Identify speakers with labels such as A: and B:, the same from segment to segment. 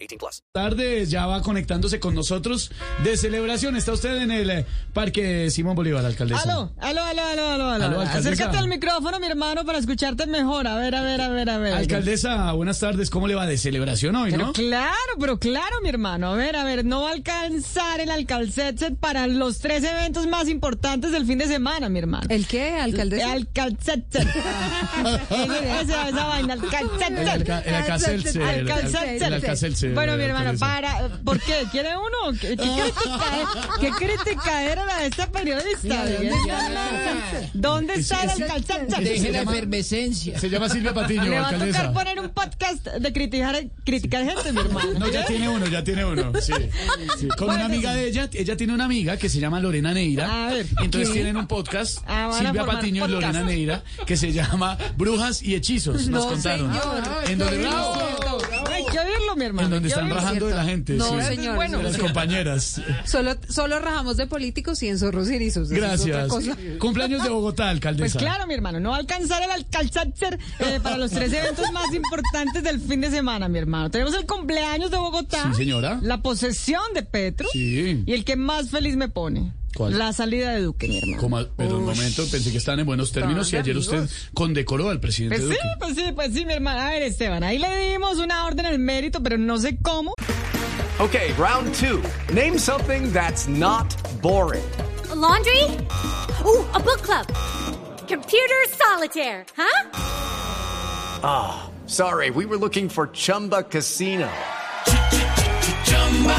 A: 18 plus.
B: tardes, ya va conectándose con nosotros de celebración. Está usted en el eh, Parque Simón Bolívar, alcaldesa.
C: Aló, aló, aló, aló, aló, aló.
B: Aló, alcaldesa.
C: Acércate al micrófono, mi hermano, para escucharte mejor. A ver, a ver, a ver, a ver.
B: Alcaldesa, buenas tardes. ¿Cómo le va de celebración hoy,
C: Pero
B: no?
C: claro, pero claro, mi hermano. A ver, a ver, no va a alcanzar el alcalcetset para los tres eventos más importantes del fin de semana, mi hermano.
D: ¿El qué,
C: El
D: alcaldesa?
C: alcalcetset. Ese- esa, esa vaina, alcalcetset.
B: El Alca- el Alcacelser.
C: Alcalcetset.
B: El Alcacelser,
C: Bueno, mi hermano,
B: alcaldesa.
C: para. ¿Por qué? ¿Quiere uno? ¿Qué, qué crítica, qué crítica era la de esta periodista?
D: Mira,
C: ¿Dónde
D: ya, ya,
C: está la- ¿Dónde está el
D: Deje
C: alcalcetset?
D: la efervescencia.
B: Se llama Silvia Patiño,
C: Le va a tocar
B: alcaldesa.
C: poner un podcast de criticar, criticar gente, mi hermano.
B: No, ya tiene uno, ya tiene uno. Sí, sí. Con una
C: Bueno,
B: amiga de ella, ella tiene una amiga que se llama Lorena Neira.
C: A ver,
B: entonces
C: ¿qué?
B: tienen un podcast,
C: Ah, van a
B: Silvia
C: formar
B: Patiño y
C: podcast.
B: Lorena Neira, que se llama Brujas y Hechizos. Nos
D: No,
B: contaron.
D: señor.
B: En donde,
D: No,
B: ¡Bravo!
C: Hay que oírlo, mi hermano.
B: En donde
C: hay que
B: están
C: oírlo.
B: rajando de la gente.
D: No,
B: sí.
D: señor.
B: De las
D: eso no.
B: compañeras.
D: Solo, solo rajamos de políticos y en zorros irizos. eso es otra
B: Gracias.
D: cosa.
B: Cumpleaños de Bogotá,
C: Pues
B: alcaldesa.
C: claro, mi hermano, no va a alcanzar el alcalzatzer eh, para los tres eventos más importantes del fin de semana, mi hermano. Tenemos el cumpleaños de Bogotá.
B: Sí, señora.
C: La posesión de Petro.
B: Sí.
C: Y el que más feliz me pone.
B: ¿Cuál?
C: La salida de Duque, mi hermano.
B: Coma- pero un momento, pensé que estaban en buenos términos y ayer usted condecoró al presidente
C: Pues sí,
B: Duque.
C: pues sí, pues sí, mi hermano. A ver, Esteban, ahí le dimos una orden al mérito, pero no sé cómo.
E: Okay, round two. Name something that's not boring.
F: A laundry? Ooh, a book club. Computer solitaire, huh?
E: Sorry, we were looking for Chumba Casino.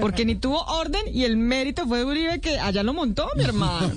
C: Porque ni tuvo orden y el mérito fue de Uribe que allá lo montó, mi hermano.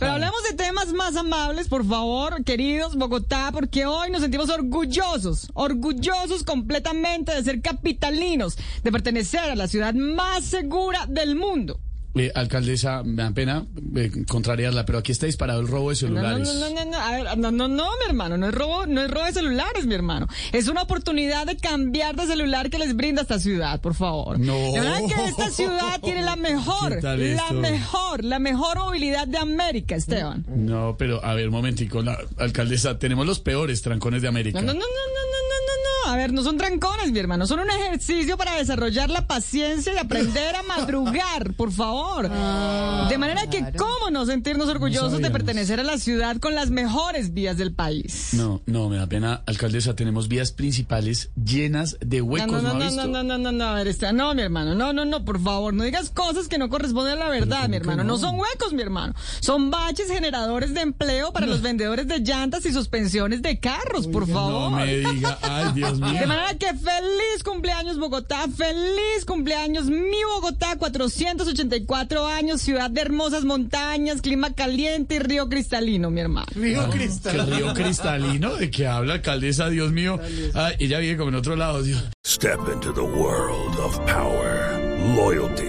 C: Pero hablemos de temas más amables, por favor, queridos Bogotá, porque hoy nos sentimos orgullosos, orgullosos completamente de ser capitalinos, de pertenecer a la ciudad más segura del mundo.
B: Eh, alcaldesa, me da pena eh, contrariarla, pero aquí está disparado el robo de
C: No, no,
B: celulares.
C: no, no, no, no, a ver, no, no, no, mi hermano, no es robo, no es robo de celulares, mi hermano. Es una oportunidad de cambiar de celular que les brinda esta ciudad, por favor.
B: No.
C: De verdad que esta ciudad tiene la
B: ¿Qué
C: mejor,
B: tal
C: la
B: esto? Mm.
C: mejor, la mejor movilidad de América, Esteban.
B: No, pero a ver, momentico, la alcaldesa, tenemos los peores trancones de América.
C: No, no, no, no, no, no, no, no. A ver, no son trancones, mi hermano. Son un ejercicio para desarrollar la paciencia y aprender a madrugar, por favor. de manera que, ¿cómo no sentirnos orgullosos
B: Ah,
C: de
B: sabíamos.
C: pertenecer a la ciudad con las mejores vías del país?
B: No, no, me da pena, alcaldesa, tenemos vías principales llenas de huecos,
C: No, no,
B: ¿no ha
C: no,
B: visto?
C: no, no, no, no, no, a ver, está, no, mi hermano, no, no, no, por favor, no digas cosas que no corresponden a la verdad, mi hermano, no son huecos, mi hermano, son baches generadores de empleo para los vendedores de llantas y suspensiones de carros, por
B: No
C: favor.
B: me diga, ay, Dios mío.
C: De manera que feliz cumpleaños Bogotá, feliz cumpleaños mi Bogotá, 484 años, ciudad de hermosas montañas, clima caliente y río cristalino, mi hermano.
B: Río cristalino. Ah, río cristalino? ¿De qué habla, alcaldesa? Dios mío. Ah, ella vive como en otro lado, Dios.
G: Step into the world of power, loyalty,